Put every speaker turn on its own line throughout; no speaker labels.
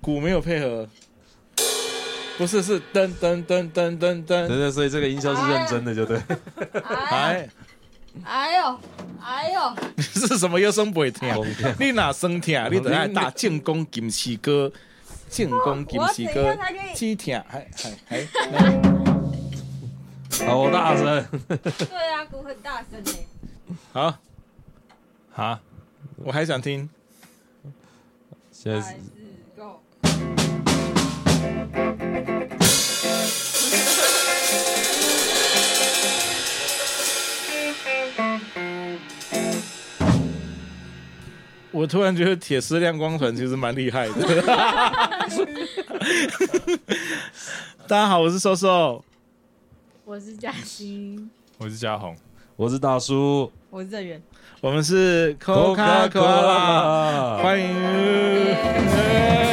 鼓没有配合，不是是噔噔噔噔噔
对
噔，
对，所以这个音效是认真的，就对。
哎
哎，
哎呦哎呦，
是什么又生不会听啊
不会听？
你哪生听？啊你等下打进攻金丝歌，进攻金丝歌
我怎样才可，以
七听，还还还，
好大声
对啊，鼓很大声呢。
好，
啊！
我还想听，
现在
还
是
是够。
我突然觉得铁丝亮光团其实蛮厉害的。大家好，我是瘦瘦，
我是嘉欣，
我是嘉宏，
我是大叔
我是郑源，
我们是 Coca-Cola。欢迎。哎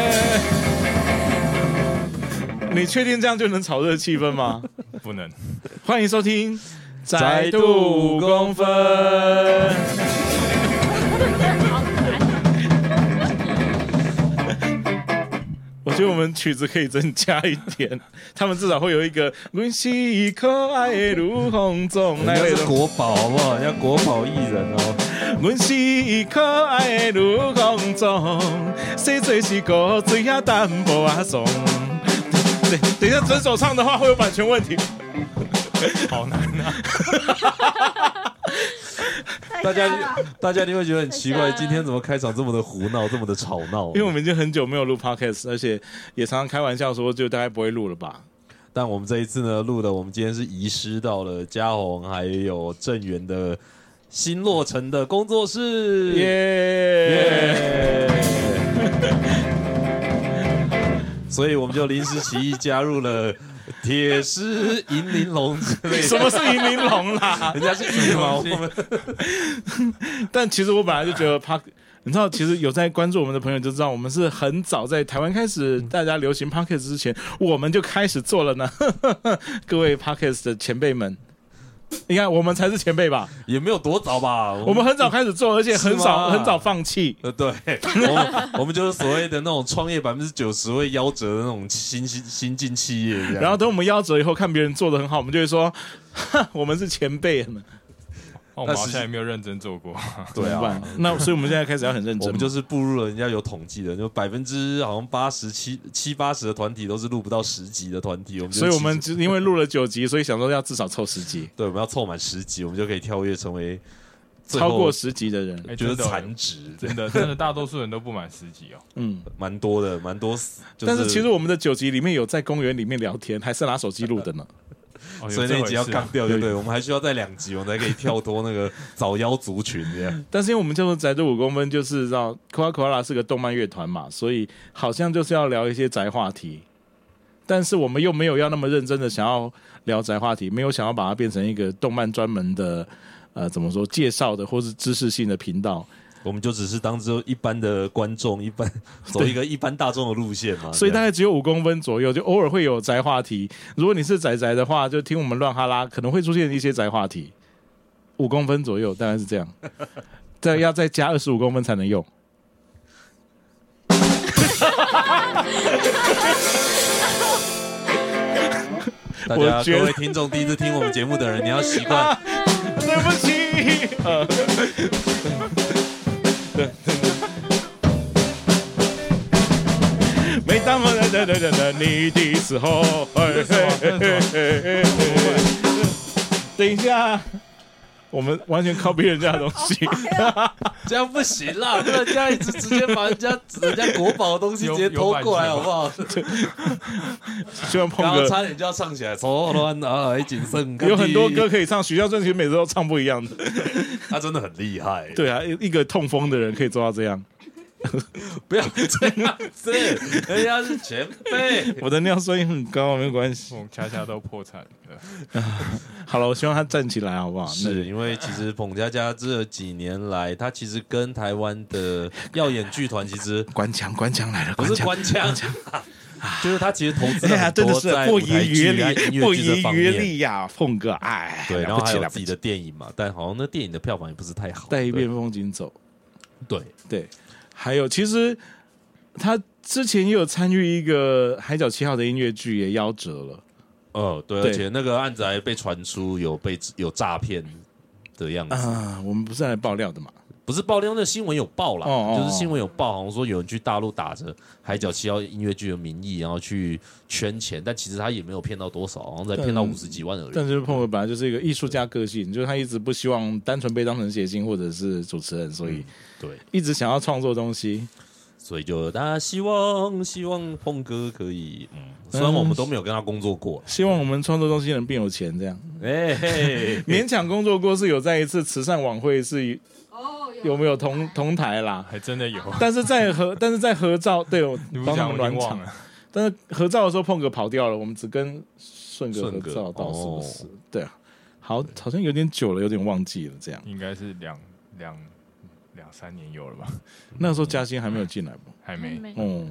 你确定这样就能炒热气氛吗？
不能，
欢迎收听《
宅度五公分》。
我觉得我们曲子可以增加一点，他们至少会有一个“阮是可爱的如红中”那
人
类
家
的
是，国宝好不好？ 人家国宝艺人哦，
阮是可爱的如红中，谁最是古锥啊淡薄啊怂。等等一下，整首唱的话会有版权问题。
好难啊！
大家大家你会觉得很奇 怪，今天怎么开场这么的胡闹，这么的吵闹？
因为我们已经很久没有录 podcast，而且也常常开玩笑说，就大概不会录了吧。
但我们这一次呢，录的我们今天是遗失到了嘉宏还有郑源的新落成的工作室。
耶、
所以我们就临时起意加入了铁丝银玲珑之类
什
的，
么是银玲珑啦？
人家是羽毛，我们
但其实我本来就觉得 park，你知道，其实有在关注我们的朋友就知道，我们是很早在台湾开始大家流行 podcast 之前，我们就开始做了呢。 各位 podcast 的前辈们。你看，我们才是前辈吧？
也没有多早吧？我
我们很早开始做，而且很早
是吗
很早放弃。
呃，对，我们 我们就是所谓的那种创业百分之九十会夭折的那种新新新进企业这样，
然后等我们夭折以后，看别人做的很好，我们就会说， 哼我们是前辈们。
哦我
那
们好
实
像也没有认真 做过，
怎
对
么
啊
办，那所以我们现在开始要很认真嘛，
我们就是步入了人家有统计的，就百分之好像八十七七八十的团体都是录不到十集的团体，我们就
所以我们
其实
就因为录了九集，所以想说要至少凑十集，
对我们要凑满十集，我们就可以跳跃成为最后
超过十集的人，
哎
就是
真的
残值，对
真的 真的大多数人都不满十级哦。
嗯。
蛮多的，蛮多。就
但是其实我们的九集里面有在公园里面聊天，还是拿手机录的呢。
哦
啊
所以那一集要干，掉，
对
对不对？我们还需要再两集，我们才可以跳脱那个早夭族群这样。
但是因为我们叫做宅这五公分，就是知道 Coca Cola 是个动漫乐团嘛，所以好像就是要聊一些宅话题。但是我们又没有要那么认真的想要聊宅话题，没有想要把它变成一个动漫专门的，呃，怎么说介绍的或是知识性的频道。
我们就只是当做一般的观众，一般走一个一般大众的路线嘛。
所以
这
大
样
概只有五公分左右，就偶尔会有宅话题。如果你是宅宅的话，就听我们乱哈拉，可能会出现一些宅话题。五公分左右，大概是这样。再要再加二十五公分才能用。
大家
我觉得
各位听众第一次听我们节目的人，你要习 惯，
对不起。呃、每当我等等等等你的时候，嘿嘿嘿嘿嘿等一下，我们完全 copy 人家的东西。
这样不行啦，不然这样直直接把人家人家国宝的东西直接偷过来，好 不好？
希望碰
刚刚
哥
差点就要唱起来，错乱啊，来谨慎。
有很多歌可以唱，许孝正其实每次都唱不一样的。
他真的很厉害，
对啊，一一个痛风的人可以做到这样。
不 要这样子，人家是前辈。
我的尿酸也很高，没有关 系。
我们恰恰都破产了。
好了，我希望他站起来，好不好？
是因为其实彭佳佳这几年来，她其实跟台湾的耀眼剧团其实
那关墙，关墙来了，
不
关
是
墙。
官腔， 就是他其实投资
哎
了
呀，
很
真的
多
是
在
不
舞台
遗
剧
余
啊
力，
音
不
乐剧这
遗
方
余
面。
力呀、碰哥，哎，
对，然
了
后
不
还
起
有
了不
自
起
己的电影嘛，但好像那电影的票房也不是太好。
带一
对
遍风景走，
对，
对，还有其实他之前也有参与一个《海角七号》的音乐剧，也夭折了。
哦，对，
对
而且那个案子还被传出有被有诈骗的样子，
啊，我们不是来爆料的嘛？
不是爆料，那新闻有报啦，
哦哦
就是新闻有报，好像说有人去大陆打着《海角七号》音乐剧的名义，然后去圈钱，但其实他也没有骗到多少，好像才骗到
但
五十几万而已。
但是碰哥本来就是一个艺术家个性，就是他一直不希望单纯被当成谐星或者是主持人，
嗯
所以
对，
一直想要创作东西。
所以就大家希望希望碰哥可以，嗯，虽然我们都没有跟他工作过，
希望我们创作东西能变有钱，这样
嗯
哎、嘿
勉强工作过是有在一次慈善晚会是
哦，
有没有同同台啦？
还真 的有，
但是在合但是在合照，对我
你不
帮他
讲我
们
已经
暖
忘
场，
了。
但是合照的时候碰哥跑掉了，我们只跟顺哥合
顺哥
照到是
哦
不是？对啊，好好像有点久了，有点忘记了这样。
应该是两两两三年有了吧？
那时候嘉欣还没有进来吧？
还没，
没
哦、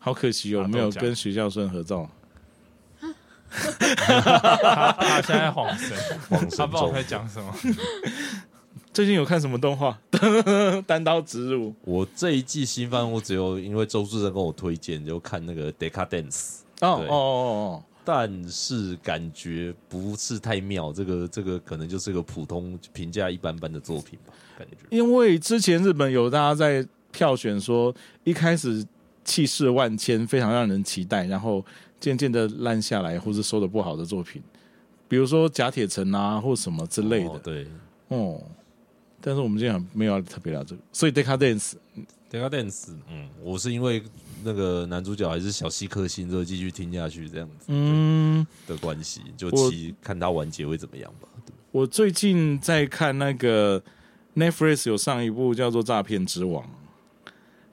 好可惜哦，
打
没有
豆浆
跟徐孝顺合照。
他他现在晃 神，
晃神
他不知道
中
我在讲什么。
最近有看什么动画？ 单刀直入
我这一季新番我只有因为周志正跟我推荐，就看那个《Decadence》，
哦哦
对
哦
但是感觉不是太妙。这个这个可能就是个普通评价一般般的作品吧，感
哦，
觉。
因为之前日本有大家在票选说，一开始气势万千，非常让人期待，然后渐渐的烂下来，或是收的不好的作品，比如说假铁城啊，或什么之类的。
哦对，《
哦，但是我们今天没有要特别聊这个，所以 Decadence
Decadence》嗯，我是因为那个男主角还是小西克星，所以继续听下去这样子
嗯，
的关系，就
我
期看他完结会怎么样吧。
我最近在看那个 Netflix 有上一部叫做《诈骗之王》，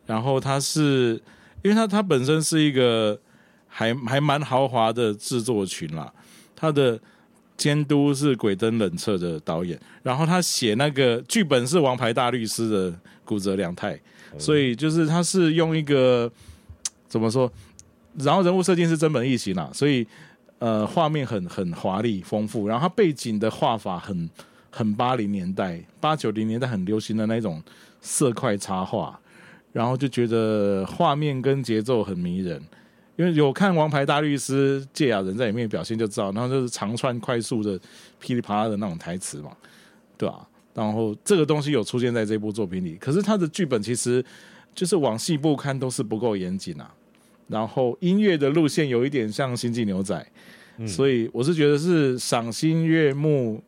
然后它是因为它它本身是一个还还蛮豪华的制作群啦，它的监督是鬼灯冷彻的导演，然后他写那个剧本是《王牌大律师》的古泽良太，所以就是他是用一个怎么说，然后人物设定是真本意形啦，所以呃画面很很华丽丰富，然后它背景的画法很很八零年代八九零年代很流行的那种色块插画，然后就觉得画面跟节奏很迷人。因为有看《王牌大律师》芥雅人在里面表现就知道，然后就是长串快速的噼里啪啦的那种台词嘛，对吧、然后这个东西有出现在这部作品里，可是它的剧本其实就是往细部看都是不够严谨啊。然后音乐的路线有一点像《星际牛仔》
嗯
所以我是觉得是赏心悦目，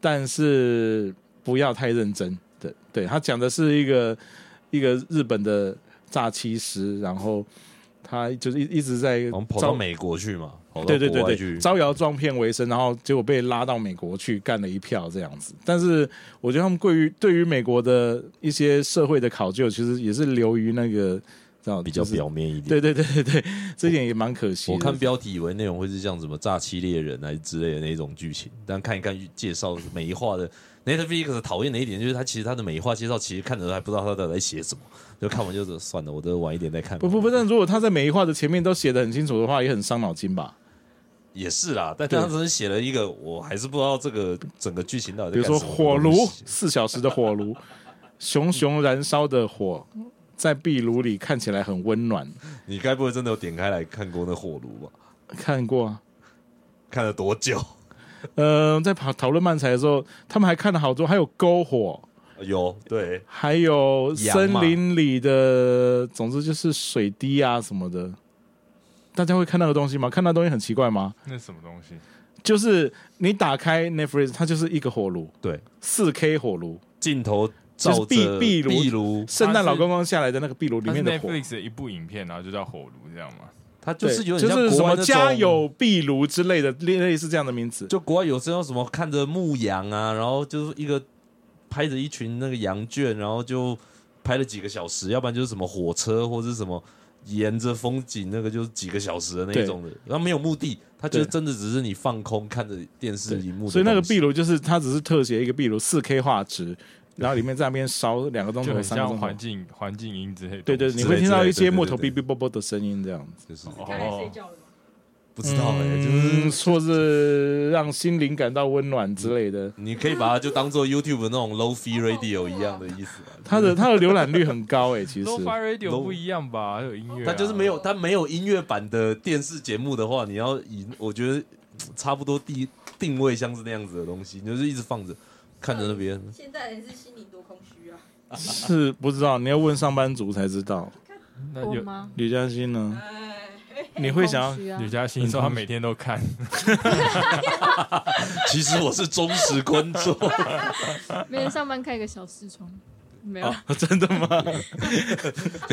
但是不要太认真。对，对他讲的是一个一个日本的诈欺师，然后他就是一一直在
我们跑
造
到美国去嘛，跑到
对对
国外
对
去
对，。招摇撞骗为生，然后结果被拉到美国去干了一票这样子。但是我觉得他们对于对于美国的一些社会的考究，其实也是流于那个知道
比较
就是
表面一点。
对对对对对，这一点也蛮可惜的。
我看标题以为内容会是像什么诈欺猎人还是之类的那种剧情，但看一看介绍每一话的 Netflix 讨厌的一点就是，它其实它的每一话介绍其实看着还不知道它到底在写什么，就看完就是算了，我都晚一点再看吧。
不不不，但如果他在每一话的前面都写的很清楚的话，也很伤脑筋吧。
也是啦，但当时写了一个，我还是不知道这个整个剧情到底
比
在
如
干什么
说
东西。
火炉，四小时的火 炉，熊熊燃烧的火。在壁炉里看起来很温暖，
你该不会真的有点开来看过那火炉吧？
看过啊，
看了多久？
呃，在讨讨论漫才的时候，他们还看了好多，还有篝火，
有对，
还有
羊
森
嘛
林里的，总之就是水滴啊什么的。大家会看那个东西吗？看那东西很奇怪吗？
那什么东西？
就是你打开 Netflix，它就是一个火炉，
对，
四 K 火炉，
镜头照
就是壁
着
壁炉
壁炉，
圣诞老公公下来的那个壁炉里
它是
面的火，
Netflix 的一部影片，然后就叫《火炉》这样吗？
它就
对
是有
就
点像
是什
国外
么
那种
家有壁炉之类的，类类似这样的名字。
就国外有时候什么看着牧羊啊，然后就是一个拍着一群那个羊圈，然后就拍了几个小时，要不然就是什么火车或者是什么沿着风景那个就是几个小时的那一种的，然后没有目的，他就
对
真的只是你放空看着电视
对
荧幕的东西，
所以那个壁炉就是它只是特写一个壁炉，四 K 画质，然后里面在那边烧两个钟
就
头、
很
三个
像
钟头
环。境环境音之类的东
对对，
西。
之类
你会听到一
之类
些
对对
木头
对
嗯
哔哔啵啵的声音这样子。
就是
他在睡觉了吗？
不知道哎、
嗯
就是
说是让心灵感到温暖之类的。
你可以把它就当做 YouTube 那种 low fee radio 一样的意思吧。
它的它的浏览率很高哎、其实
Lo-Fi Radio
Lo-
不一样吧？还有音乐啊，
它就是没有，它没有音乐版的电视节目的话，你要以我觉得差不多定定位像是那样子的东西，你就是一直放着，看着那 边。
现代人是心里多空虚啊！
是不知道，你要问上班族才知道。
那
我
有
吗？
吕嘉欣呢？
哎，
你会想要
空虚啊
吕嘉欣说他每天都看，
其实我是忠实观 众，
哎
每天上班开个小视窗，没有，
就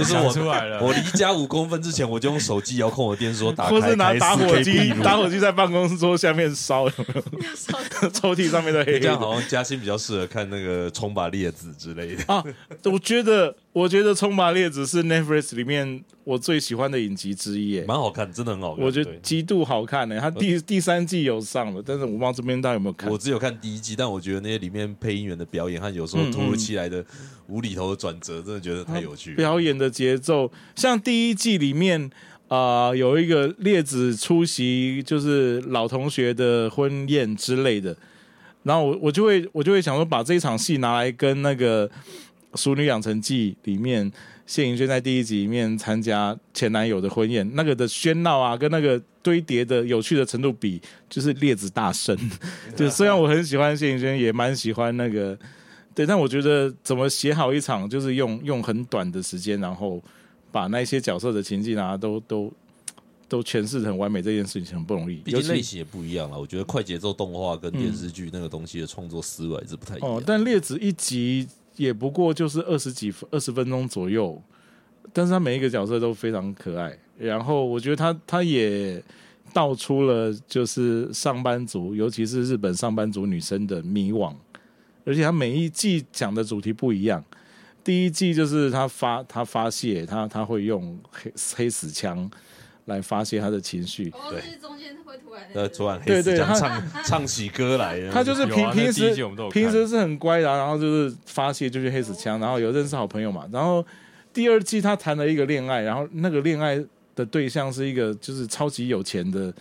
是
想
我
出来了。
我离家五公分之前，我就用手机遥控我电视，我打
或
开
是拿
开
打火
4K
机
闭路，
打火机在办公桌下面烧，有没
小
有抽屉上面的黑黑
哎这样
的。
好像嘉欣比较适合看那个《冲吧列子》之类的。
我觉得，我觉得《冲吧列子》是 Netflix 里面我最喜欢的影集之一耶。欸
蛮好看，真的很好看。
我觉得
对
极度好看欸呢。它第第三季有上了，但是我不知道这边大家有没有看
我。只有看第一季，但我觉得那些里面配音员的表演和有
嗯
时候突如其来的无厘头的转折，真的觉得太有趣了。
表演的节奏，像第一季里面，啊，有一个列子出席就是老同学的婚宴之类的，然后我我就会我就会想说，把这一场戏拿来跟那个《熟女养成记》里面谢盈萱在第一集里面参加前男友的婚宴，那个的喧闹啊，跟那个堆叠的有趣的程度比，就是列子大胜。就虽然我很喜欢谢盈萱，也蛮喜欢那个，对，但我觉得怎么写好一场，就是用用很短的时间，然后把那些角色的情境啊，都都都诠释得很完美，这件事情很不容易。
毕
尤
竟
其嗯
类型也不一样了，我觉得快节奏动画跟电视剧那个东西的创作思维是不太一样。
哦，但列子一集也不过就是二十几分二十分钟左右，但是他每一个角色都非常可爱。然后我觉得他他也道出了就是上班族，尤其是日本上班族女生的迷惘，而且他每一季讲的主题不一样。第一季就是他发他发泄，他他会用黑黑死腔来发泄他的情绪。
哦，
对
就是中间会突然
呃，突然
对对
黑子这样
他
唱唱起歌来了，
他就是
有
平
啊那
平
第
时
一季我们都有看
平时是很乖的啊、然后就是发泄就去黑死腔，然后有认识好朋友嘛。然后第二季他谈了一个恋爱，然后那个恋爱的对象是一个就是超级有钱的，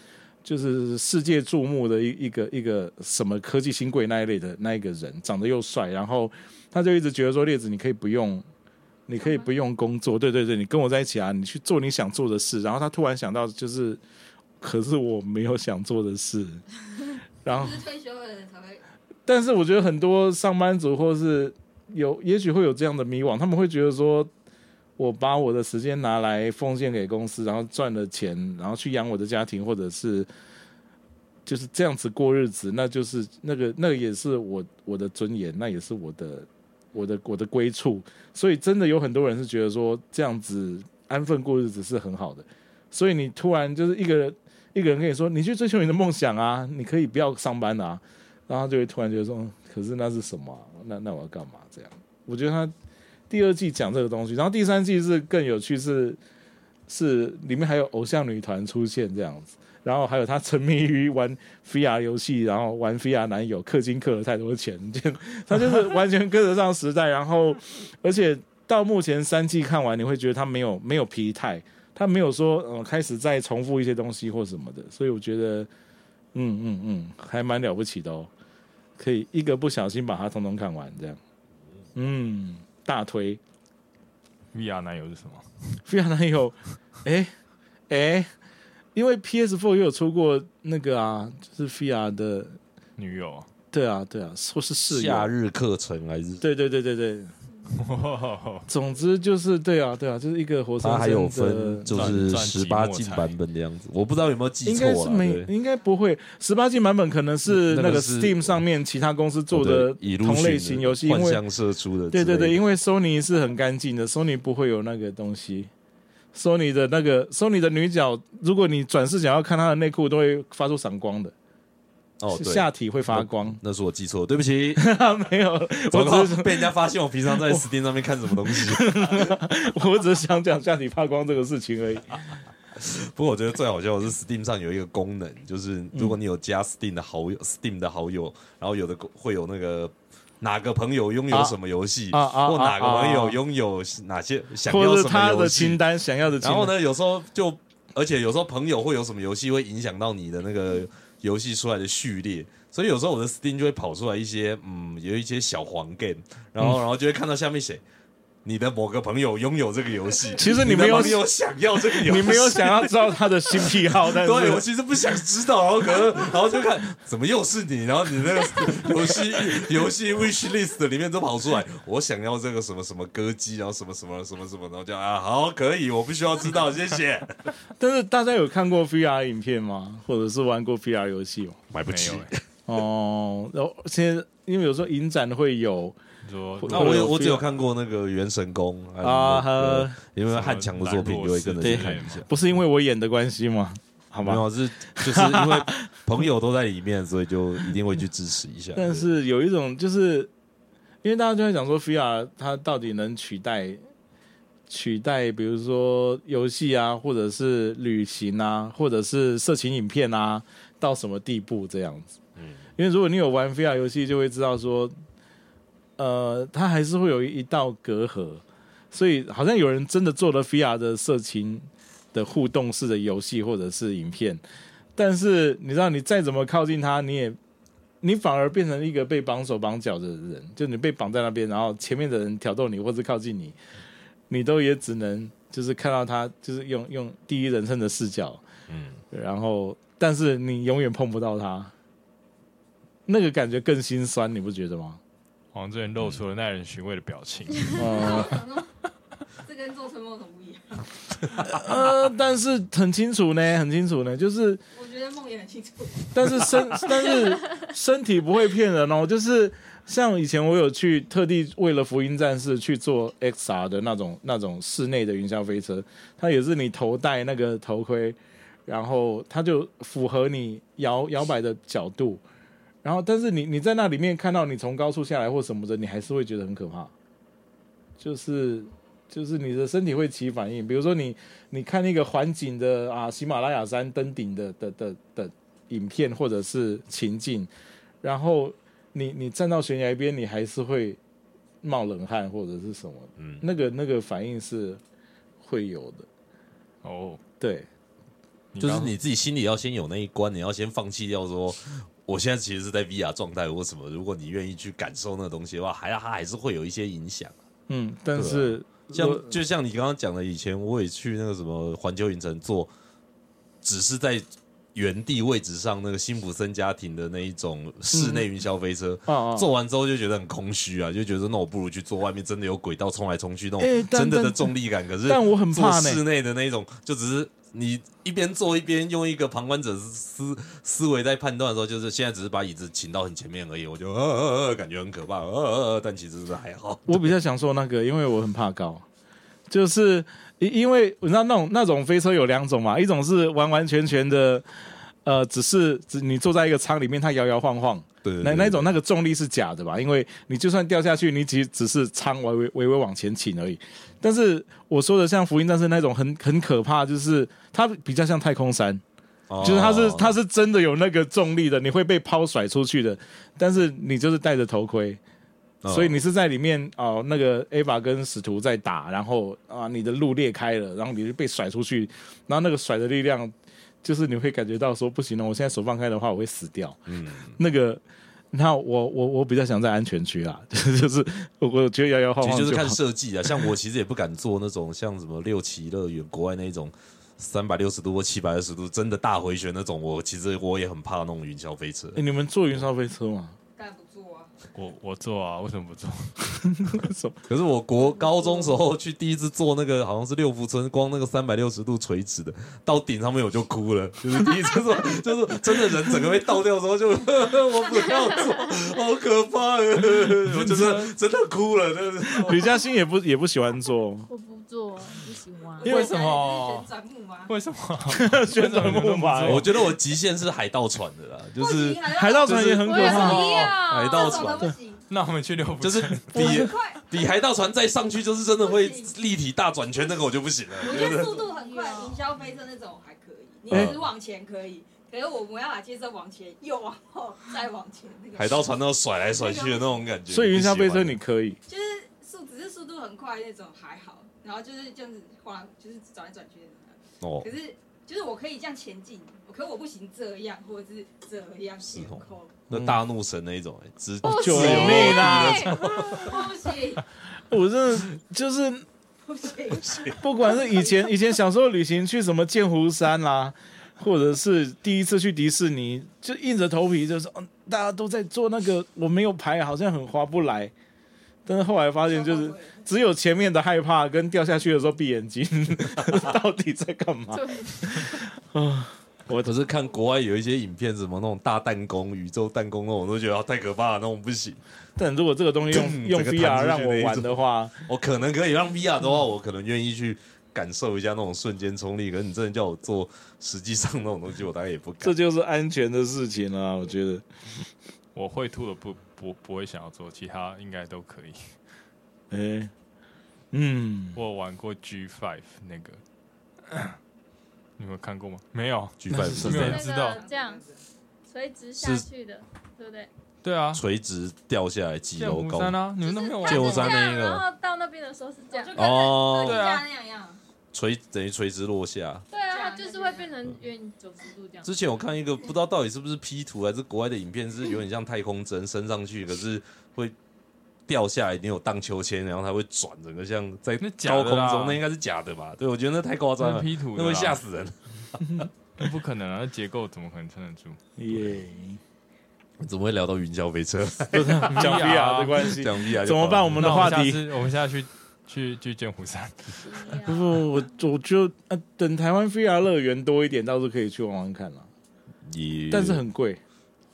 就是世界注目的一一 个一个什么科技新贵那一类的那一个人，长得又帅，然后他就一直觉得说列子你可以不用。你可以不用工作，对对对，你跟我在一起啊，你去做你想做的事。然后他突然想到，就是，可是我没有想做的事， 然后
就是退休的人才会
但是我觉得很多上班族或是有，也许会有这样的迷惘，他们会觉得说，我把我的时间拿来奉献给公司，然后赚了钱，然后去养我的家庭，或者是就是这样子过日子，那就是那个那个也是我我的尊严，那也是我的我的我的归处。所以真的有很多人是觉得说，这样子安分过日子是很好的。所以你突然就是一个人一个人跟你说，你去追求你的梦想啊，你可以不要上班啊。然后他就会突然觉得说，嗯可是那是什么啊、那那我要干嘛？这样，我觉得他第二季讲这个东西，然后第三季是更有趣是，是里面还有偶像女团出现这样子，然后还有他沉迷于玩 VR 游戏，然后玩 VR 男友氪金氪了太多钱，就他就是完全跟得上时代，然后而且到目前三季看完，你会觉得他没有没有疲态。他没有说，呃，开始再重复一些东西或什么的，所以我觉得，嗯嗯嗯，还蛮了不起的哦。可以一个不小心把它通通看完，这样。嗯，大推
VR 男友是什么？
非常男友，哎哎，因为 PS4 也有出过那个啊，就是 VR 的，
女友。
对啊对啊，说是室
夏
友，
日课程还是
对对对对对，总之就是对啊对啊，就是一个活生
它还有
生
分
的。
就是
转
十
转
八
寂寞
禁
才
版本的样子，我不知道有没有记
应
错
该是
了。
没
对，哦嗯
应该不会。十八禁版本可能是
那个
那个
是哦
Steam 上面其他公司做的
以入
同类
选
型
的
游戏，因
幻
为
象射出的之
对
类的，
对对，因为 Sony 是很干净的，Sony 不会有那个东西。Sony 的那个 Sony 的女角，如果你转视角要看她的内裤，都会发出闪光的，
哦对，
下体会发光。
那是我记错，对不起，
没有，
糟糕
我只是
被人家发现我平常在 Steam 上面看什么东西。
我只是想讲下体发光这个事情而已。
不过我觉得最好笑的是 Steam 上有一个功能，就是如果你有加 Steam 的好友、s t e a m 的好友，然后有的公会有那个哪个朋友拥有什么游戏，
啊啊啊
或哪个
啊啊
网友拥有哪些想
或
要
者
什么
他
游
的清
戏，
单，想要的清单。
然后呢，有时候就而且有时候朋友会有什么游戏会影响到你的那个游戏出来的序列，所以有时候我的 Steam 就会跑出来一些嗯，有一些小黄 game，然后然后就会看到下面写你的某个朋友拥有这个游戏，
其实你
你的
没有
朋友想要这个游戏，
你没有想要知道他的新癖 好，但是
对，我其实不想知道，然后可能，然后就看怎么又是你，然后你那个游戏游戏 wish list 里面都跑出来，我想要这个什么什么歌姬，然后什么什么什么什么，然后就啊，好，可以，我不需要知道，谢 谢。
但是大家有看过 VR 影片吗？或者是玩过 VR 游戏吗？
买不
没有、欸。
哦，然后现在因为有时候影展会有
你说
我
那啊我有我只有看过那个《原神宫》
啊
啊，呃因为汉强的作
什
品
么
就会跟着
对
去看一下。
不是因为我演的关系吗？好
没
吧，
有，啊是就是因为朋友都在里面，所以就一定会去支持一下。
但是有一种就是，因为大家就在讲说 VR 它到底能取代取代，比如说游戏啊，或者是旅行啊，或者是色情影片啊，到什么地步这样子。
嗯
因为如果你有玩 VR 游戏，就会知道说，呃，它还是会有一道隔阂，所以好像有人真的做了 VR 的色情的互动式的游戏或者是影片，但是你知道，你再怎么靠近它，你也你反而变成一个被绑手绑脚的人，就你被绑在那边，然后前面的人挑逗你或是靠近你，你都也只能就是看到他，就是用用第一人称的视角，
嗯，
然后但是你永远碰不到他，那个感觉更心酸，你不觉得吗？
黄志远露出了耐人寻味的表情，
嗯
呃
那我想说，这跟做春梦很不一样。
呃，但是很清楚呢，很清楚呢，就是
我觉得梦也很清楚，
但是身但是身体不会骗人哦，就是像以前我有去特地为了福音战士去做 XR 的那种那种室内的云霄飞车，它也是你头戴那个头盔，然后它就符合你摇摇摆的角度，然后但是你你在那里面看到你从高处下来或什么的，你还是会觉得很可怕，就是。就是你的身体会起反应，比如说你你看那个环景的啊，喜马拉雅山登顶的的的的影片或者是情境，然后你你站到悬崖边，你还是会冒冷汗或者是什么，
嗯
那个那个反应是会有的。
哦，
对，
就是
刚
你自己心里要先有那一关，你要先放弃掉说，我现在其实是在 VR 状态或什么。如果你愿意去感受那个东西的话，还它还是会有一些影响。
嗯，但是我
啊像就像你刚刚讲的，以前我也去那个什么环球影城做，只是在原地位置上那个辛普森家庭的那一种室内云霄飞车。
啊啊，
做完之后就觉得很空虚啊，就觉得那我不如去做外面真的有轨道冲来冲去那
哎
种
但
真的的
但
重力感。可是
但我很
做
怕呢。
室内的那种，就只是你一边坐一边用一个旁观者思思维在判断的时候，就是现在只是把椅子请到很前面而已，我就呃呃呃感觉很可怕，呃呃呃，但其实是还好。
我比较想说那个，因为我很怕高，就是因因为你知道那种那种飞车有两种嘛，一种是完完全全的，呃，只是只你坐在一个舱里面，它摇摇晃晃。
对对
那
对
那一种那个重力是假的吧？因为你就算掉下去，你只只是舱微微微微往前倾而已。但是我说的像福音战士那种很很可怕，就是它比较像太空山，
哦
就是它是它是真的有那个重力的，你会被抛甩出去的。但是你就是戴着头盔，
哦
所以你是在里面哦、那个 Ava 跟使徒在打，然后啊，你的路裂开了，然后你就被甩出去，然后那个甩的力量，就是你会感觉到说不行了，我现在手放开的话，我会死掉。
嗯
那个，那我我我比较想在安全区啦， 就是我我觉得摇摇晃
其
晃
实就是看
哦好
设计啊，像我其实也不敢做那种像什么六旗乐园国外那种三百六十度或七百二十度真的大回旋那种，我其实我也很怕那种云霄飞车。
诶你们坐云霄飞车吗？
但不做啊。
我我做啊，为什么 不做？
可是我国高中时候去第一次坐那个好像是六福村，光那个三百六十度垂直的，到顶上面我就哭了，就是第一次坐， 就是真的人整个被倒掉之后就 我不要坐， 好可怕，我就是真的哭 了，真的是。
吕嘉欣也不也不喜欢坐，
我不做，不喜欢。
因为什
么
旋转木马，
为什 么？
旋转木马
我觉得我极限是海盗船的啦，就是
海盗船也很可
我也
怕。
不要
哎
海
不
盗
行
船
这种，都不行，
那我们去六福，
就是比
很快，
比海盗船再上去就是真的会立体大转圈，那个我就不行了，
我觉得速度很快，云霄飞车那种还可以，你
哎
只是往前可以，可是我们要把接着往前，又往后，再往前，那个
海盗船那种甩来甩去的那种感觉。
所以云霄飞车
不喜
你
欢
可以，
就是速，只是速度很快那种还好，然后就是这样子晃，就是转来转去那种。
哦
可是就是我可以这样前进，可我不行这样，或者是这样
是
悬
哦
空，
那大怒神那一种，哎直
不
救
行
命啊！
不行
我真的就是
不 行，
不管是以前 以前小时候旅行去什么剑湖山啦、或者是第一次去迪士尼，就硬着头皮就是，嗯，大家都在做那个，我没有排，好像很划不来。但是后来发现，就是只有前面的害怕跟掉下去的时候闭眼睛， 到底在干 嘛？
对，
我可是看国外有一些影片，什么那种大弹弓、宇宙弹弓那种，我都觉得啊太可怕了，那种不行。
但如果这个东西用用
整嗯个
VR
弹出去
让我玩的话，
我可能可以让 VR 的话，我可能愿意去感受一下那种瞬间冲力。可是你真的叫我做，实际上那种东西，我大概也不
这
敢。
就是安全的事情啦、我觉得，
我会吐的不不不会想要做，其他应该都可以。
哎、嗯，
我有玩过 G Five 那个， 你们看过吗？没有。
举办
是
是
没
这
有
样
人，知道
那个这样垂直下
是
去的，对不对？
对啊，
垂直掉下来几
剑
楼
湖
高
山，啊，你们都没有
就是
剑
玩过
湖
它
山
吗
是这
那
样，
个
然后到那边的时候是
我
这样
就，跟
哦
人家那样一样，
垂等于垂直落下。
对啊，它就是会变成圆九十度这样。
之前我看一个不知道到底是不是 P 图还是国外的影片，是有点像太空针升上去，可是会掉下来，一定有荡秋千，然后它会转，整个像在
那假
高
的
空
啦
中，那应该是假的吧？对，我觉得那太夸张
那
了
是，P 图
那
的啦
会吓，死人。
那不可能啊！那结构怎么可能撑得住？
啊
耶、
怎么会聊到云霄飞车？
讲 VR 的关系
讲 VR 就
怎么办？
爆
我
了
们的话
那我
题
们下次我们下去去去剑湖山，
啊
不不，我我就呃，等台湾 VR 乐园多一点，到时候可以去玩玩看啦。
也
但是很贵，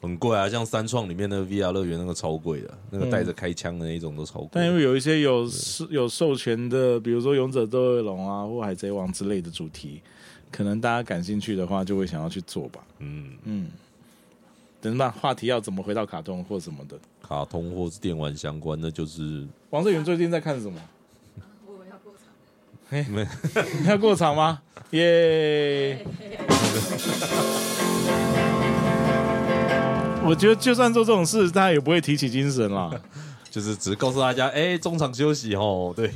很贵啊，像三创里面那个 VR 乐园那个超贵的，那个
嗯
带着开枪的那一种都超贵。
但因为有一些有是有授权的，比如说《勇者斗恶龙》啊，或《海贼王》之类的主题，可能大家感兴趣的话，就会想要去做吧。
嗯，
嗯，等吧，话题要怎么回到卡通或什么的？
卡通或是电玩相关的，就是
王志远最近在看什么？
我以为要过场，
你要过场吗？耶、 我觉得就算做这种事，大家也不会提起精神啦。
就是只是告诉大家，哎、中场休息哦。对，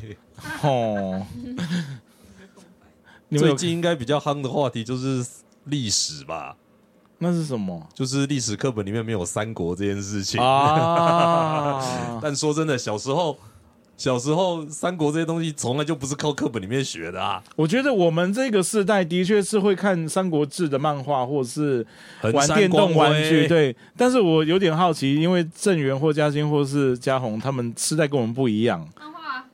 哦，你们
最
有
近应该比较夯的话题就是历史吧，
那是什么
就是历史课本里面没有三国这件事情。
啊？
但说真的，小时候小时候三国这些东西从来就不是靠课本里面学的啊，
我觉得我们这个世代的确是会看《三国志》的漫画，或是
横
玩
山
电动
光
玩
辉
具。对，但是我有点好奇，因为郑源或嘉欣或是嘉宏他们世代跟我们不一样，
漫画啊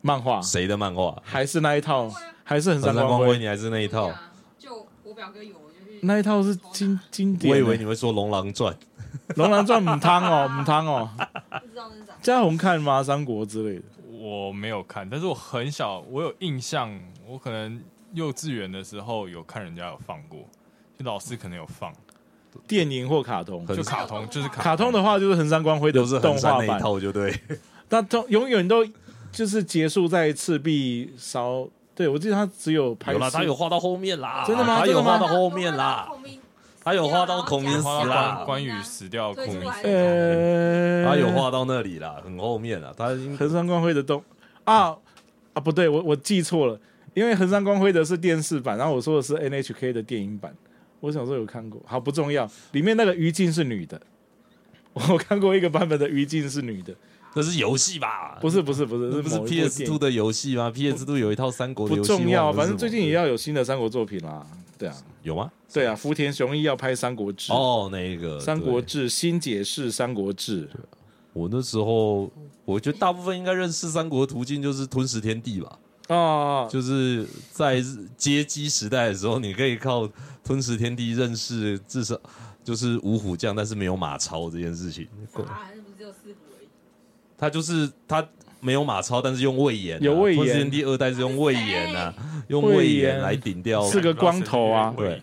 漫画
谁的漫画？
还是那一套，还是很
横
闪
山
光
光辉，
辉
你还是那一套。，
就我表哥有，我就去
那一套是经经典
我
的。
以 为你会说《龙狼传》，
《龙狼传》母汤哦，母汤哦，
不知道那是啥，
嘉宏看吗？《三国》之类的。
我没有看，但是我很小，我有印象，我可能幼稚园的时候有看人家有放过，就老师可能有放，
电影或卡通，
很
就卡通就是
卡通的话就是横山光辉的
都是
动
横山
画
那
版
一，套，就对。
但都永远都就是结束在赤壁烧。对，我记得他只有拍
有啦，
四
他有画到后面啦，
真的吗
他
真的
啊有
吗
画到后面啦，他有画到孔明死
花
啦
啊
关，关羽死掉孔明死，
呃，
他有画到那里啦，很后面啦，他应
横山光辉的动啊啊，不对，我我记错了，因为横山光辉的是电视版，然后我说的是 NHK 的电影版。我小时候有看过，好不重要。里面那个于静是女的，我看过一个版本的于静是女的，
那是游戏吧？
不是不是不是，
啊那不
是
是
某一部
PS
电
Two
影
的游戏吗？PS Two 有一套三国的
不
游戏，
重要，
忘了
反
是
正最近也
什么
要有新的三国作品啦。对啊，
有吗？
对啊，福田雄一要拍《三国志》
哦，那一个
《三国
对
志》新解释《三国志》，
我那时候我觉得大部分应该认识三国的途径就是吞食天地吧，
哦，
就是在街机时代的时候，你可以靠吞食天地认识至少就是五虎将，但是没有马超这件事情。
啊，那不是只有四虎而已，
他就是他没有马超，但是用魏延啊、
有魏延
吞食天地二代是用魏延 啊，用魏延来顶掉。
是个光头啊
对，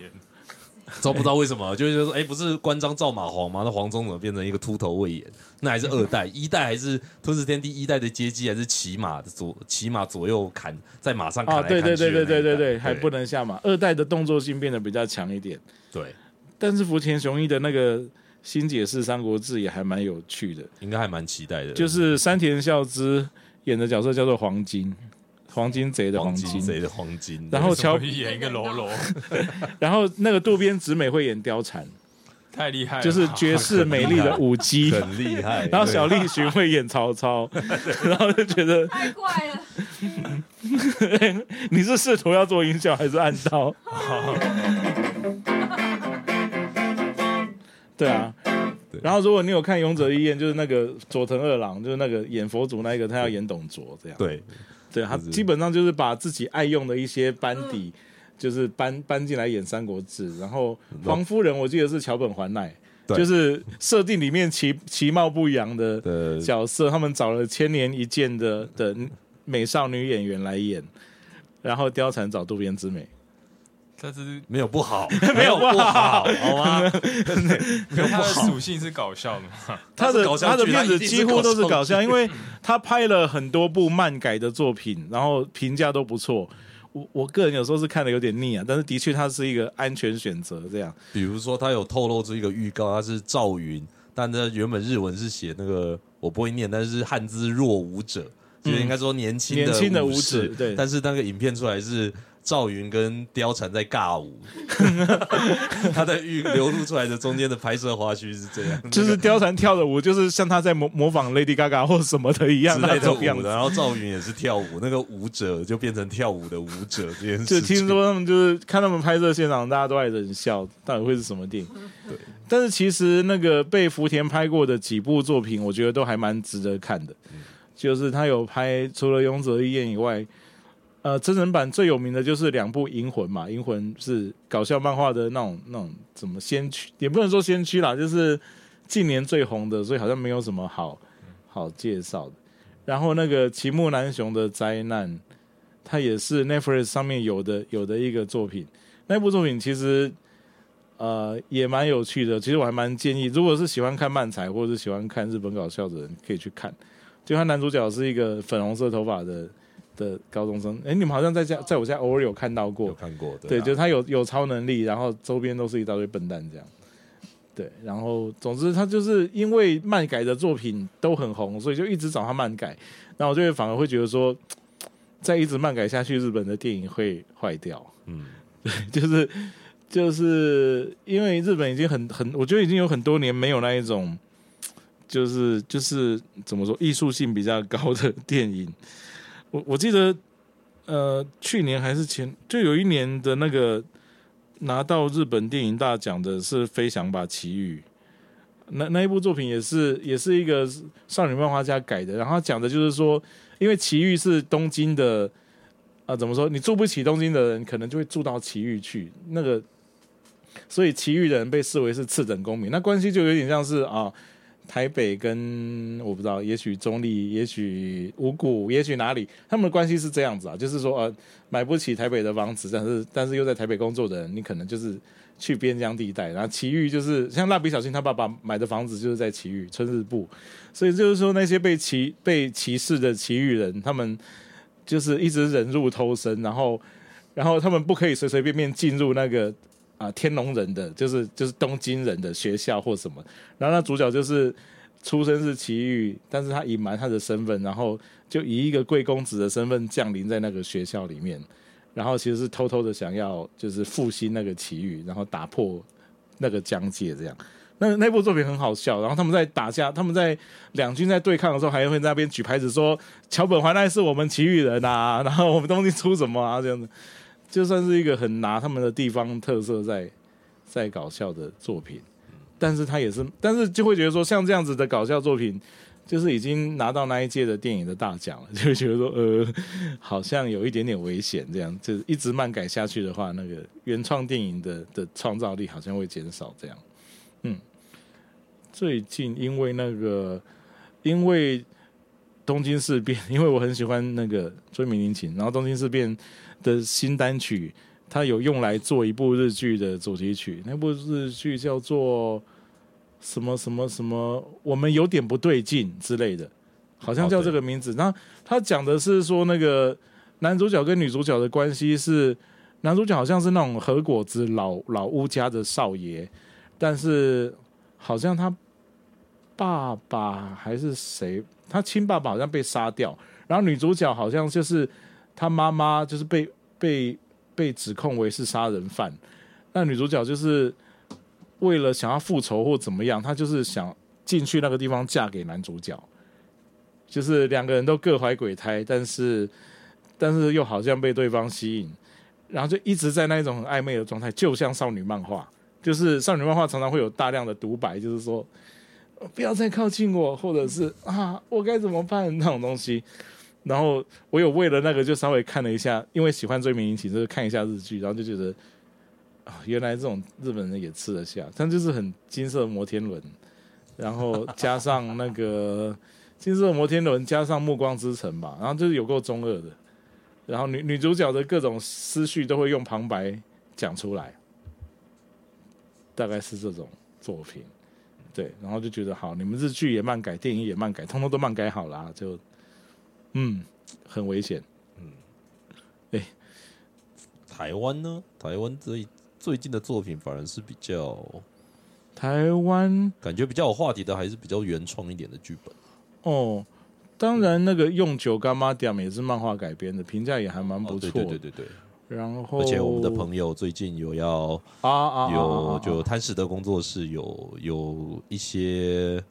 都不知道为什么， 就是说，哎，不是关张赵马黄吗？那黄忠怎么变成一个秃头魏延？那还是二 代，一代还是吞食天地一代的阶级，还是骑马的左骑马左右砍，在马上砍
啊，
来砍
对
去的那
对
一
对
代、
对对对对，还不
能
能下马。二代的动作性变得比较强一点，
对，
但是福田雄一的那个新解释《三国志》也还蛮有趣的，
应该还蛮期待的。
就是山田孝之演的角色叫做黄金，黄金贼的黄金。
贼的黄金，
然后
乔
乔，
比演一个喽啰，
然后那个渡边直美会演貂蝉，
太厉害
哎
了，
就是绝世美丽的舞 姬。
很厉 害。
然后小栗旬会演曹操， 然后就觉得
太怪了，
你是试图要做音效还是按刀？对啊
对。
然后如果你有看《勇者义彦》，就是那个佐藤二郎，就是那个演佛祖那一个，他要演董卓这样。
对
对，他
就是
基本上就是把自己爱用的一些班底，就是搬搬进来演《三国志》。然后黄夫人，我记得是桥本环奈，
对
就是设定里面其其貌不扬的
对
角色，他们找了千年一见的的美少女演员来演，然后貂蝉找渡边直美，
但是
没有不好，
没有不
不好，好吗？
可是它的属性是搞笑的嘛，
他的
搞笑
他的
剧啊
片
一
子
定
几乎都是搞
搞
笑，
剧
因为他拍了很多部漫改的作品，然后评价都不错。我我个人有时候是看的有点腻啊，但是的确它是一个安全选择。这样，
比如说，他有透露出一个预告，他是赵云，但他原本日文是写那个我不会念，但是汉字弱舞者，就
嗯
是应该说年轻的
年轻的舞
武士
者对
但是那个影片出来是赵云跟貂蝉在尬舞， 他在预流露出来的中间的拍摄花絮是这样，
就是貂蝉跳的舞，就是像她在模模仿 Lady Gaga 或什么的一样
之
那
类的
种样
舞的，
子。
然后赵云也是跳舞，那个舞者就变成跳舞的舞者这件事
就
情。
听说他们就是看他们拍摄现场，大家都在冷笑，到底会是什么电影？但是其实那个被福田拍过的几部作品，我觉得都还蛮值得看的。就是他有拍除了《勇者义彦》以外，呃，真人版最有名的就是两部《银魂》嘛，《银魂》是搞笑漫画的那种那种怎么先驱，也不能说先驱啦，就是近年最红的，所以好像没有什么好好介绍的。然后那个齐木楠雄的灾难，它也是 Netflix 上面有的有的一个作品。那部作品其实呃也蛮有趣的，其实我还蛮建议，如果是喜欢看漫才或者是喜欢看日本搞笑的人，可以去看。就他男主角是一个粉红色头发的的高中生，哎，你们好像在家在我家偶尔有看到
有
过，
看过，
对，
啊
就是他有有超能力，然后周边都是一大堆笨蛋这样。对，然后总之他就是因为漫改的作品都很红，所以就一直找他漫改。那我就会反而会觉得说，再一直漫改下去，日本的电影会坏掉。
嗯，
就是就是因为日本已经很很，我觉得已经有很多年没有那一种，就是就是怎么说艺术性比较高的 电影。我我记得呃去年还是前就有一年的那个拿到日本电影大奖的是《飞翔吧奇遇》。那那一部作品也是也是一个少女漫画家改的，然后它讲的就是说，因为奇遇是东京的啊，怎么说？你住不起东京的人，可能就会住到奇遇去。那个，所以奇遇的人被视为是次等公民，那关系就有点像是啊，台北跟我不知道，也许中立，也许五股，也许哪里，他们的关系是这样子啊，就是说呃，买不起台北的房子，但是但是又在台北工作的人，你可能就是去边疆地带，然后奇遇就是像蜡笔小新他爸爸买的房子就是在奇遇春日部，所以就是说那些被歧被歧视的奇遇人，他们。就是一直忍辱偷生，然后然后他们不可以随随便便进入那个啊、天龙人的，就是就是东京人的学校或什么。然后那主角就是出身是奇遇，但是他隐瞒他的身份，然后就以一个贵公子的身份降临在那个学校里面，然后其实是偷偷的想要就是复兴那个奇遇，然后打破那个疆界这样。那那部作品很好笑，然后他们在打架，他们在两军在对抗的时候，还会在那边举牌子说桥本环奈是我们奇遇人啊， 然后我们东京出什么啊，这样子，就算是一个很拿他们的地方特色在在搞笑的作品，但是他也是，但是就会觉得说，像这样子的搞笑作品，就是已经拿到那一届的电影的大奖了，就会觉得说，呃，好像有一点点危险，这样就是一直漫改下去的话，那个原创电影的的创造力好像会减少，这样，嗯，最近因为那个因为。东京事变， 因为我很喜欢那个追名林檎，然后东京事变的新单曲，它有用来做一部日剧的主题曲，那部日剧叫做什么什么什么，我们有点不对劲之类的，好像叫这个名字。那他讲的是说那个男主角跟女主角的关系是，男主角好像是那种和果子老老乌家的少爷，但是好像他爸爸还是谁，他亲爸爸好像被杀掉，然后女主角好像就是他妈妈就是被被被指控为是杀人犯，那女主角就是为了想要复仇或怎么样，她就是想进去那个地方嫁给男主角，就是两个人都各怀鬼胎，但是但是又好像被对方吸引，然后就一直在那一种很暧昧的状态，就像少女漫画，就是少女漫画常常会有大量的独白，就是说呃不要再靠近我，或者是啊我该怎么办那种东西。然后我有为了那个就稍微看了一下，因为喜欢追名引起，就是看一下日剧，然后就觉得啊、原来这种日本人也吃得下，但就是很金色摩天轮，然后加上那个 金色摩天轮，加上暮光之城吧，然后就是有够中二的。然后女女主角的各种思绪都会用旁白讲出来，大概是这种作品。对，然后就觉得好，你们日剧也漫改，电影也漫改，通通都漫改好啦，就嗯，很危险。
台湾呢？台湾最最近的作品反而是比较
台湾
感觉比较有话题的，还是比较原创一点的剧本。
哦，当然那个用九干妈点也是漫画改编的，评价也还嗯蛮不
哦
错、
对对对对对。
然后，
而且我们的朋友最近有要
啊啊啊啊
有
啊
就贪食的工作室有有一些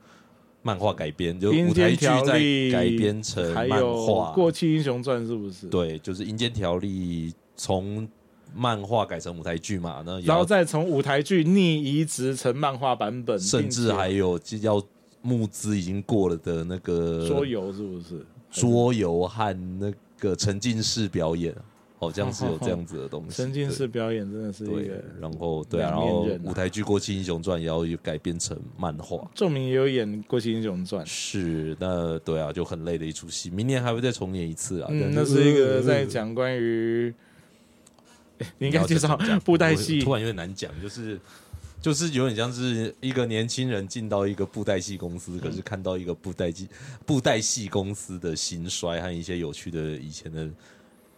漫画改编，就
阴
舞台
间
剧
条
再
例
改编成
还
漫
有
画
《过气英雄传》是不是？，
对，就是《阴间条例》从漫画改成舞台剧嘛，那也
然后
要
再从舞台剧逆移植成漫画版本，
甚
并
至
且
还有就要募资已经过了的那个
桌游是不是？
嗯桌游和那个沉浸式表演，好像是有这样子的东西。
沉浸式表演真的是
对
一
对
个，。
然后对啊，然
两面
后
刃啊
舞台剧《过气英雄传》也要有改编成漫画。
仲明也有演《过气英雄传》，
是，那对啊，就很累的一出戏，明年还会再重演一次啊。
嗯，那
但呃
是一个在讲关于， 哎你应该介绍
不知道怎么讲
布袋
我
戏
突然有点难讲，就是就是有点像是一个年轻人进到一个布袋戏公司，可是看到一个布袋戏布袋戏公司的兴衰和一些有趣的以前的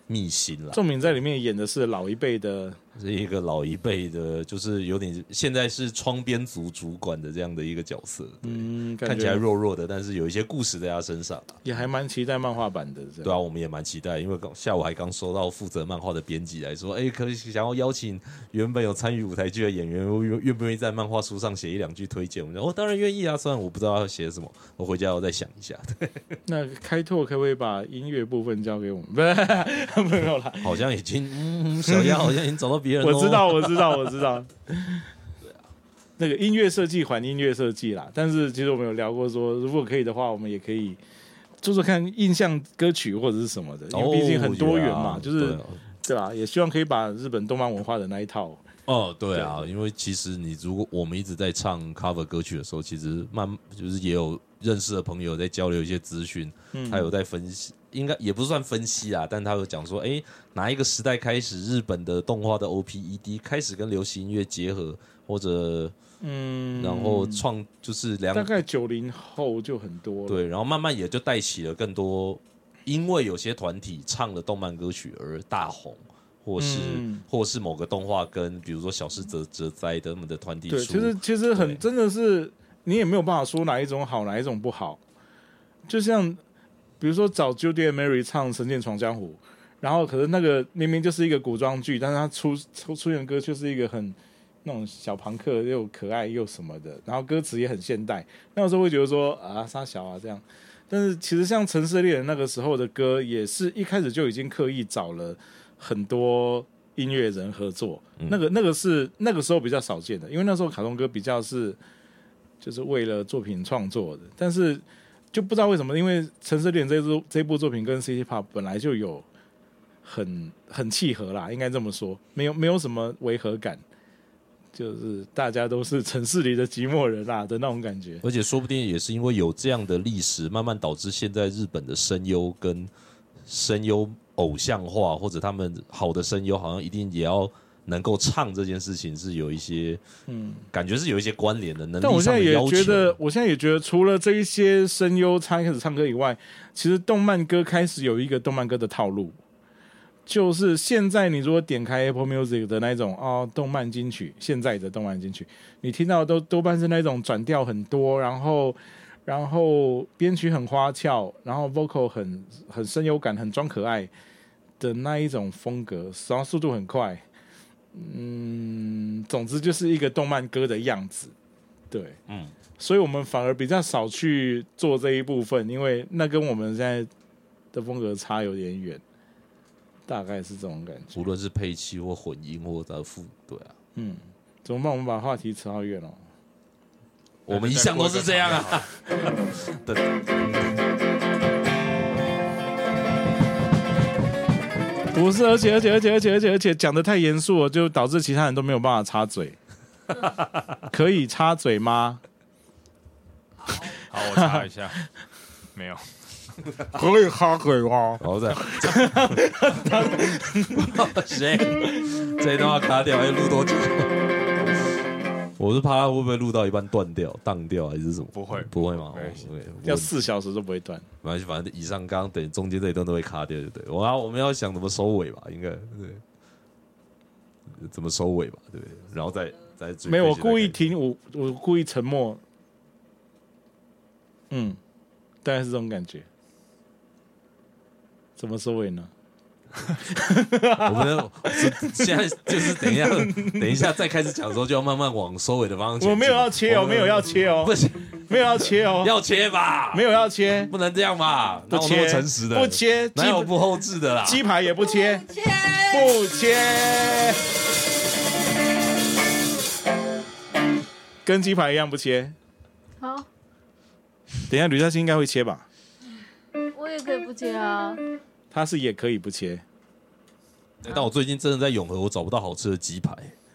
秘辛啦。
仲敏在里面演的是老一辈的，
是一个老一辈的，就是有点现在是窗边族主管的这样的一个角色，对
嗯，感
看起
觉
来弱弱的，但是有一些故事在他身上啊、
也还蛮期待漫画版的，这
对
样
啊，我们也蛮期待，因为刚下午还刚收到负责漫画的编辑来说，哎，可以想要邀请原本有参与舞台剧的演员，愿愿不愿意在漫画书上写一两句推荐？我们说，哦，当然愿意啊，虽然我不知道要写什么，我回家要再想一下。
那开拓可不可以把音乐部分交给我们？ 不，没有啦，
好像已经，嗯，小鸭好像已经找到别 人
我
了。
知 道，我知道，我知道。那个音乐设计还音乐设计啦，但是其实我们有聊过说，如果可以的话，我们也可以做做看印象歌曲或者是什么的，因
哦，
为毕竟很多元
对
嘛，
啊
就是
对啊
对吧？也希望可以把日本动漫文化的那一套，
哦，对啊，
对
因为其实你如果我们一直在唱 cover 歌曲的时候，其实慢就是也有认识的朋友在交流一些资讯，
嗯，
他有在分析，应该也不算分析啊，但他有讲说，哎，哪一个时代开始日本的动画的 OPED 开始跟流行音乐结合，或者
嗯，
然后创就是两
大概九零后就很多了，
对，然后慢慢也就带起了更多，因为有些团体唱了动漫歌曲而大红，或是、
嗯
或是某个动画跟比如说小室哲哲哉等等的团体
对，
出
其实其实
对
很真的是你也没有办法说哪一种好，哪一种不好。就像比如说找 Judy and Mary 唱《神剑闯江湖》，然后可是那个明明就是一个古装剧，但是他出出出演歌就是一个很那种小朋克又可爱又什么的，然后歌词也很现代，那个时候会觉得说啊傻小啊这样。但是其实像《城市猎人》那个时候的歌，也是一开始就已经刻意找了很多音乐人合作，
嗯
那个那个是那个时候比较少见的，因为那时候卡通歌比较是就是为了作品创作的，但是就不知道为什么，因为《城市猎人》这部这部作品跟 City Pop 本来就有很很契合啦，应该这么说，没有没有什么违和感，就是大家都是 城市里的寂寞人啊啦的那种感觉。
而且说不定也是因为有这样的历史，慢慢导致现在日本的声优跟声优偶像化，或者他们好的声优好像一定也要能够唱这件事情是有一些，嗯，感觉是有一些关联的能
但我
力
现
上
在
的
也
要求。
觉得，我现在也觉得，除了这一些声优他开始唱歌以外，其实动漫歌开始有一个动漫歌的套路，就是现在你如果点开 Apple Music 的那种哦动漫金曲，现在的动漫金曲，你听到的都多半是那种转调很多，然后然后编曲很花俏，然后 vocal 很很声优感，很装可爱的那一种风格，然后速度很快，嗯，总之就是一个动漫歌的样子，对，
嗯，
所以我们反而比较少去做这一部分，因为那跟我们现在的风格差有点远，大概是这种感觉。
无论是配器或混音或者副，对啊，
嗯，怎么办？我们把话题扯好远哦。
我们一向都是这样啊。
不是，而且而且而且而且而且而且讲的太严肃了，就导致其他人都没有办法插嘴。可以插嘴吗？
好，我查一下，没有。
可以插嘴吗？
然后再 谁这一段话卡掉要录多久？我是怕它会不会录到一半断掉、荡掉还是什么？
不会
不会吗？哦
没关系
我我我
要四小时都不会断。
没关系，反正以上刚刚等中间这一段都会卡掉，就对。我要我们要想怎么收尾吧，应该对，怎么收尾吧，对，然后再再追
没有，我故意，停，我我故意沉默。嗯，大概是这种感觉。怎么收尾呢？
我们是现在就是等 一下，等一下再开始讲的时候就要慢慢往收尾的方向前进。
我没有要切哦，没有要切哦
不，行，
没有要切哦，
要切吧，
没有要切，
不能这样吧，
不
哪有那
切，
么诚实的，
不，切，鸡
哪有不后置的啦？
鸡排也不切，
切，
不切。跟鸡排一样不切，
好，
等一下吕嘉欣应该会切吧？
我也可以不接啊。
他是也可以不切，
欸但我最近真的在永和，我找不到好吃的鸡排。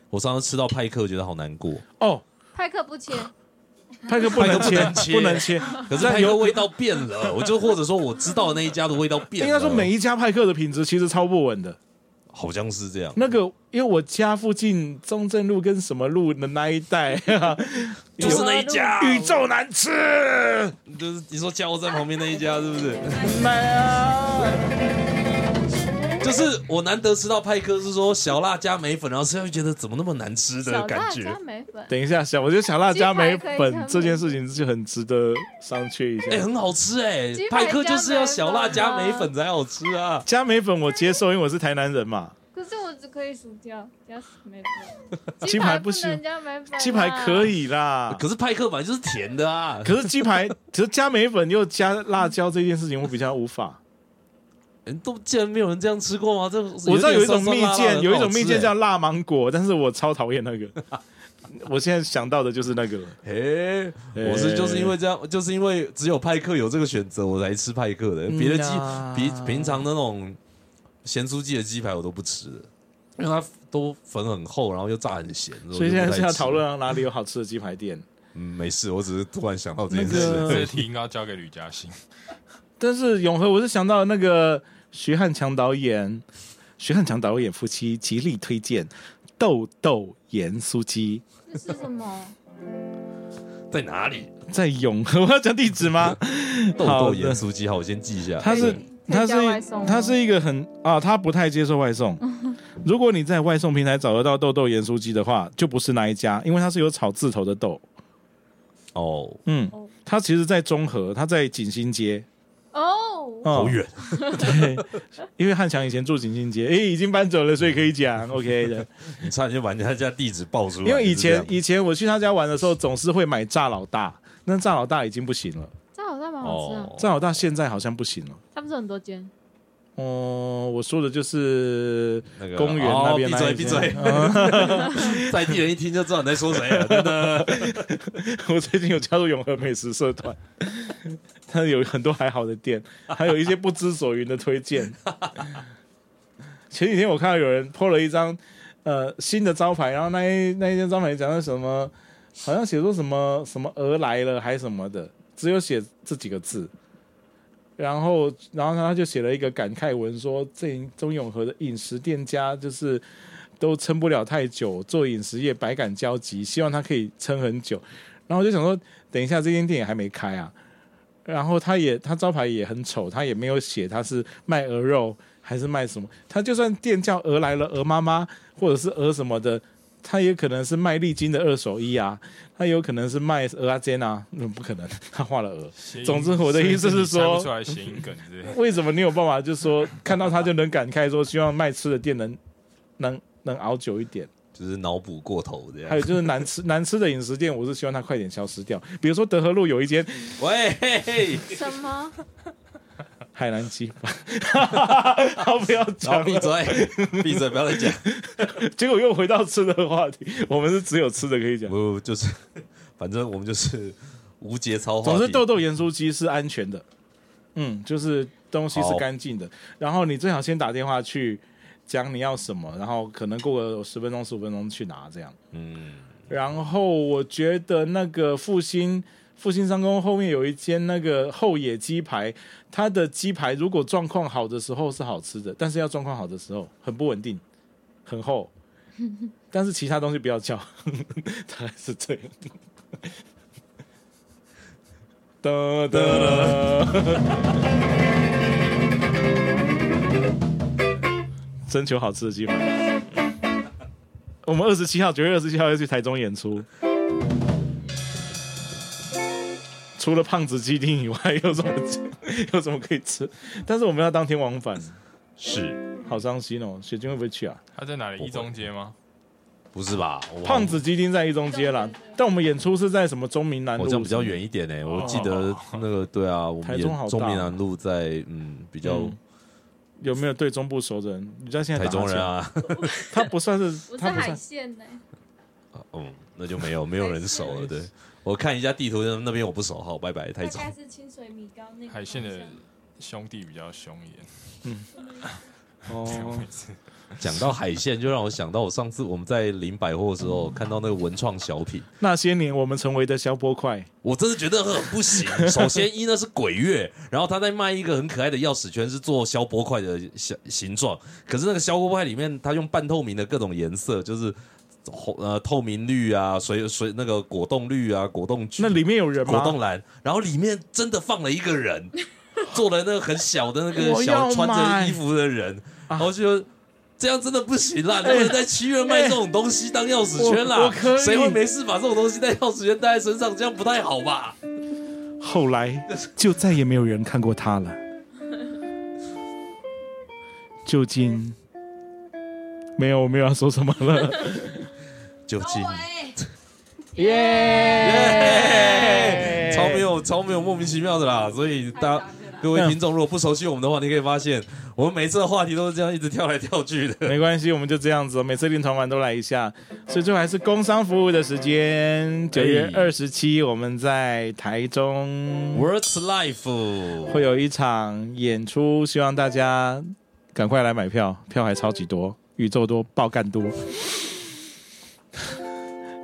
我上次吃到派克，我觉得好难 过。
哦，
派克不接，
派克不能切，
派克不能切
不能切。
可是派克味道变了，我就或者说我知道的那一家的味道变了。
应该说每一家派克的品质其实超不稳的。
好像是这样。
那个，因为我家附近中正路跟什么路的那一带、
就是那一家，
宇宙难吃。
就是你说加油站旁边那一家，是不 是？哎就是我难得吃到派克，是说小辣加梅粉，然后吃下去觉得怎么那么难吃的
小
感
辣
觉
加。梅粉，
等一下，小我觉得小辣椒梅
鸡排可以加
粉
梅
这件事情就很值得商榷一下。
哎、很好吃哎、
鸡排
派克就是要
啊
小辣加梅粉才好吃啊。
加梅粉我接受，因为我是台南人嘛。
可是我只可以薯条加梅 粉，
鸡排
排
不行
能加梅
啊
粉，啊
鸡排可。以 啦，
可是派克本来就是甜的啊，
可是鸡排，可是加梅粉又加辣椒这件事情，我比较无法。
欸都竟然没有人这样吃过吗？这
我知道有一种蜜
饯，
饯，有一种蜜欸饯叫
哎
辣芒果，但是我超讨厌那个。我现在想到的就是那个了。、
诶我是就是因为这样，就是因为只有派克有这个选择，我才吃派克的。别的鸡
呀，
比平常那种咸酥鸡的鸡排我都不吃的，因为它都粉很厚，然后又炸很咸，
所以现在是要讨论
啊。
到哪里有好吃的鸡排店。
嗯，没事，我只是突然想到这件事。
那个
这题应该要交给吕嘉欣。
但是永和，我是想到那个徐汉强导演，徐汉强导演夫妻极力推荐豆豆盐酥鸡，
这是什么？
在哪里？
在永和，我要讲地址吗？
豆
好
豆
的
盐酥鸡，好，我先记一下。
它是
对
它
可以加外
是
送吗
它是一个很啊，它不太接受外 送。如果你在外送平台找得到豆豆盐酥鸡的话，就不是那一家，因为它是有草字头的豆。
哦，
嗯
哦，
它其实在中和，它在景新街。
哦，
嗯
好远，
对， 因为汉强以前住景新街，诶，已经搬走了，所以可以讲 OK 的。
你差点就把人家家地址报出来。
因为以
就是这
前
样
以前我去他家玩的时候，总是会买炸老大，那炸老大已经不行了，
这好像蛮好吃啊
哦，，
炸老大现在好像不行了。
它不是很多间，
哦，我说的就是
那个
公园
哦
那边
闭
那
嘴
一
闭
间
嘴， 在地人一听就知道你在说谁 了，真的。
我最近有加入永和美食社团，它有很多还好的店，还有一些不知所云的推荐。前几天我看到有人 po 了一张呃新的招牌，然后那一那一间招牌讲的什么，好像写说什么什么鹅来了还什么的，只有写这几个字。然后，然后他就写了一个感慨文说，这中永和的饮食店家就是都撑不了太久，做饮食业百感交集，希望他可以撑很久。然后我就想说，等一下这间店也还没开啊。然后他也他招牌也很丑，他也没有写他是卖鹅肉还是卖什么。他就算店叫鹅来了、鹅妈妈或者是鹅什么的，他也可能是卖丽晶的二手衣啊，他有可能是卖鹅啊煎啊，嗯，不可能，他画了鹅。
谐音
总之我的意思是说
猜不出来谐音梗之类的。
为什么你有办法就说看到他就能感慨说，希望卖吃的店能能能熬久一点？
就是脑补过头这
还
样
有。就是难吃难吃的饮食店，我是希望它快点消失掉。比如说德和路有一间
喂，嘿嘿
什么？
海南鸡饭， 好不要
然后
讲
闭
了。
嘴，闭嘴，不要再讲。
结果又回到吃的话题，我们是只有吃的可以讲。
不，就是反正我们就是无节操话
总
题。
之，豆豆盐酥鸡是安全的，嗯，就是东西是
好
干净的。然后你最好先打电话去讲你要什么，然后可能过个十分钟、十五分钟去拿这样。
嗯，
然后我觉得那个复兴复兴商工后面有一间那个后野鸡排，它的鸡排如果状况好的时候是好吃的，但是要状况好的时候很不稳定，很 厚。但是其他东西不要叫， 大概是这样。 哒哒哒，征求好吃的鸡排。我们二十七号，九月二十七号要去台中演出。除了胖子鸡丁以外， 有什么有什么可以吃？但是我们要当天往返，
是
好伤心哦！雪晶会不会去啊？
他在哪里？
不会
一中街吗？
不是吧？我
胖子鸡丁在一中街啦，但我们演出是在什么中民南路？
好像比较。远一点呢、我记得那个对啊，我
哦
们
台
也
中好大
中民南路在嗯比较
嗯有没有对中部熟的人？你知道现在
台
打哈
中人
欠，
啊，
他不算是，
我是
他不
海
算。
鲜呢、
嗯，那就没有没有人 熟了。对，我看一下地图，那边我不熟，好，拜拜，台
大
中
概。是清水米糕那个
海鲜的
方向
兄弟比较凶一点。
哦
每，次
讲到海鲜，就让我想到我上次我们在林百货的时
嗯
候看到那个文创小品，
那些年我们成为的消波块，
我真的觉得很 不行。首先一呢是鬼月，然后他在卖一个很可爱的钥匙圈，是做消波块的小形状。可是那个消波块里面，它用半透明的各种颜色，就是红呃透明绿啊，水水那个果冻绿啊，果冻橘
那里面有人
果
吗？
冻蓝，然后里面真的放了一个人，做了那个很小的那
我
个
要
小穿
买啊
着衣服的人，然后就。这样真的不行啦！你
哎
不能在七月卖这种东西当钥匙
我
圈啦
我可以！
谁会没事把这种东西带钥匙圈带在身上？这样不太好吧？
后来就再也没有人看过他了。究竟没有，我没有要说什么了。
究竟
周围
耶哎
耶超没有超没有莫名其妙的啦！所以大
太长
家
了啦
各
嗯
位听众如果不熟悉我们的话，你可以发现我们每次的话题都是这样一直跳来跳去的。
没关系，我们就这样子哦、每次练团完都来一下，所以最后还是工商服务的时间。九月二十七，我们在台中
Words Life
会有一场演出，希望大家赶快来买票，票还超级多，宇宙多，爆干多。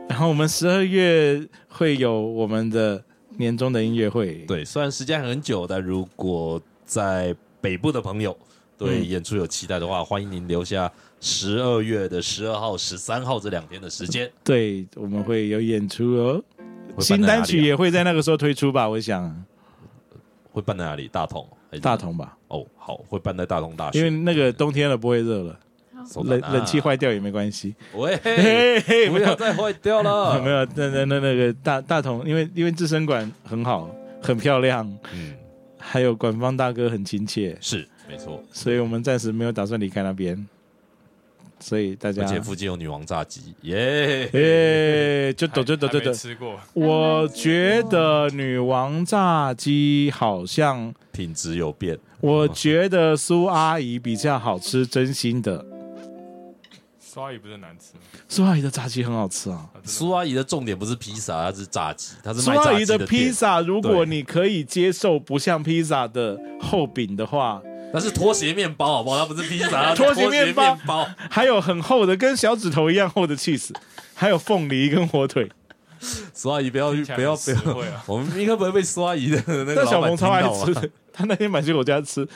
然后我们十二月会有我们的年终的音乐会，
对，虽然时间还很久，但如果在北部的朋友对
嗯
演出有期待的话，欢迎您留下十二月的十二号、十三号这两天的时间。
对，我们会有演出哦。
会办在
新
哪
单
里
曲
啊
也会在那个时候推出吧，我想
会办在哪里？大同，还是
大同吧，
哦，好，会办在大同大学，
因为那个冬天了不会热了，
手
冷
感啊
冷气，坏掉也没关系。
喂，
嘿嘿，
不
没
要
有
再坏掉了，
没有，那那那那个大大同，因为因为自身馆很好，很漂亮，
嗯，
还有馆方大哥很亲切，
是没错，
所以我们暂时没有打算离开那边，所以大家
而。且附近有女王炸鸡，耶，
诶，哎就
还
走就走
还
就
没
走。
吃过，
我觉得女王炸鸡好像
品质 有变，
我觉得苏阿姨比较好吃，真心的，
刷鱼不是很难吃吗？
苏阿姨的炸鸡很好吃啊。
啊真的吗
苏阿姨的重点不是披萨，她是炸鸡，她是
苏
卖炸
阿姨
鸡的
的
店
披，萨，如果
对
你可以接受不像披萨的厚饼的话，
那是拖鞋面包，好不好？她不是披 萨，她是
拖
拖
鞋
鞋
面
面
包
包。
还有很厚的跟小指头一样厚的 cheese，还有凤梨跟火腿。
苏阿姨不要
听起来
不要
很
不
实惠
要
啊，
我们应该不会被苏阿姨的那个
但小
老
萌
板听
超
到
爱
啊
吃的， 他那天买去我家吃。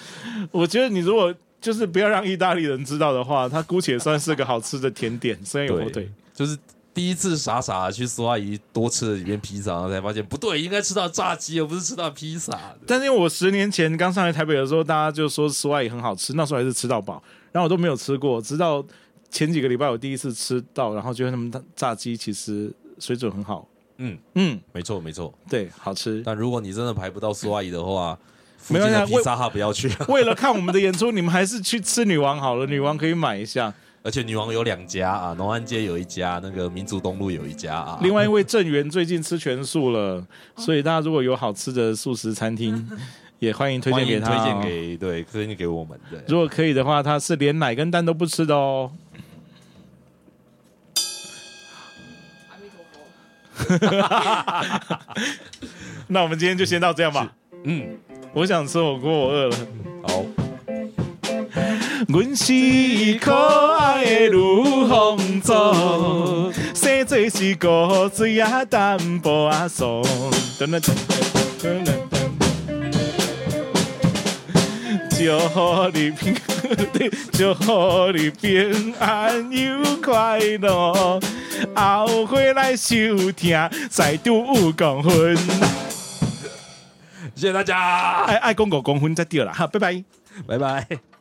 我觉得你如果就是不要让意大利人知道的话，它姑且算是个好吃的甜点，虽然有火腿
对。，就是第一次傻傻地去苏阿姨多吃了一遍披萨，然后才发现不对，应该吃到炸鸡，而不是吃到披萨。
但是因为我十年前刚上来台北的时候，大家就说苏阿姨很好吃，那时候还是吃到饱，然后我都没有吃过，直到前几个礼拜我第一次吃到，然后觉得他们的炸鸡其实水准很好。
嗯，
嗯，
没错没错。
对，好吃。
但如果你真的排不到苏阿姨的话，附
没
近
关系啊
的披萨哈不要去，
为了看我们的演出，你们还是去吃女王好了，女王可以买一下。
而且女王有两家啊，农安街有一家，那个民族东路有一家啊。
另外一位郑源最近吃全素了，所以大家如果有好吃的素食餐 厅，也欢迎推
欢
荐
迎
给他、
推荐。给对，推荐给我们对。
如果可以的话，他是连奶跟蛋都不吃的哦。
阿弥陀佛，
那我们今天就先到这样吧。
嗯，
我想吃火锅，我饿了。
好，
阮是可爱的女风族，生做是古锥啊淡薄啊爽。噔噔噔噔噔噔就好你平，就好你平安又快乐。后悔来收听，再度有公分，
谢谢大家，
爱爱公狗公分才对啦，哈，拜拜。
拜拜。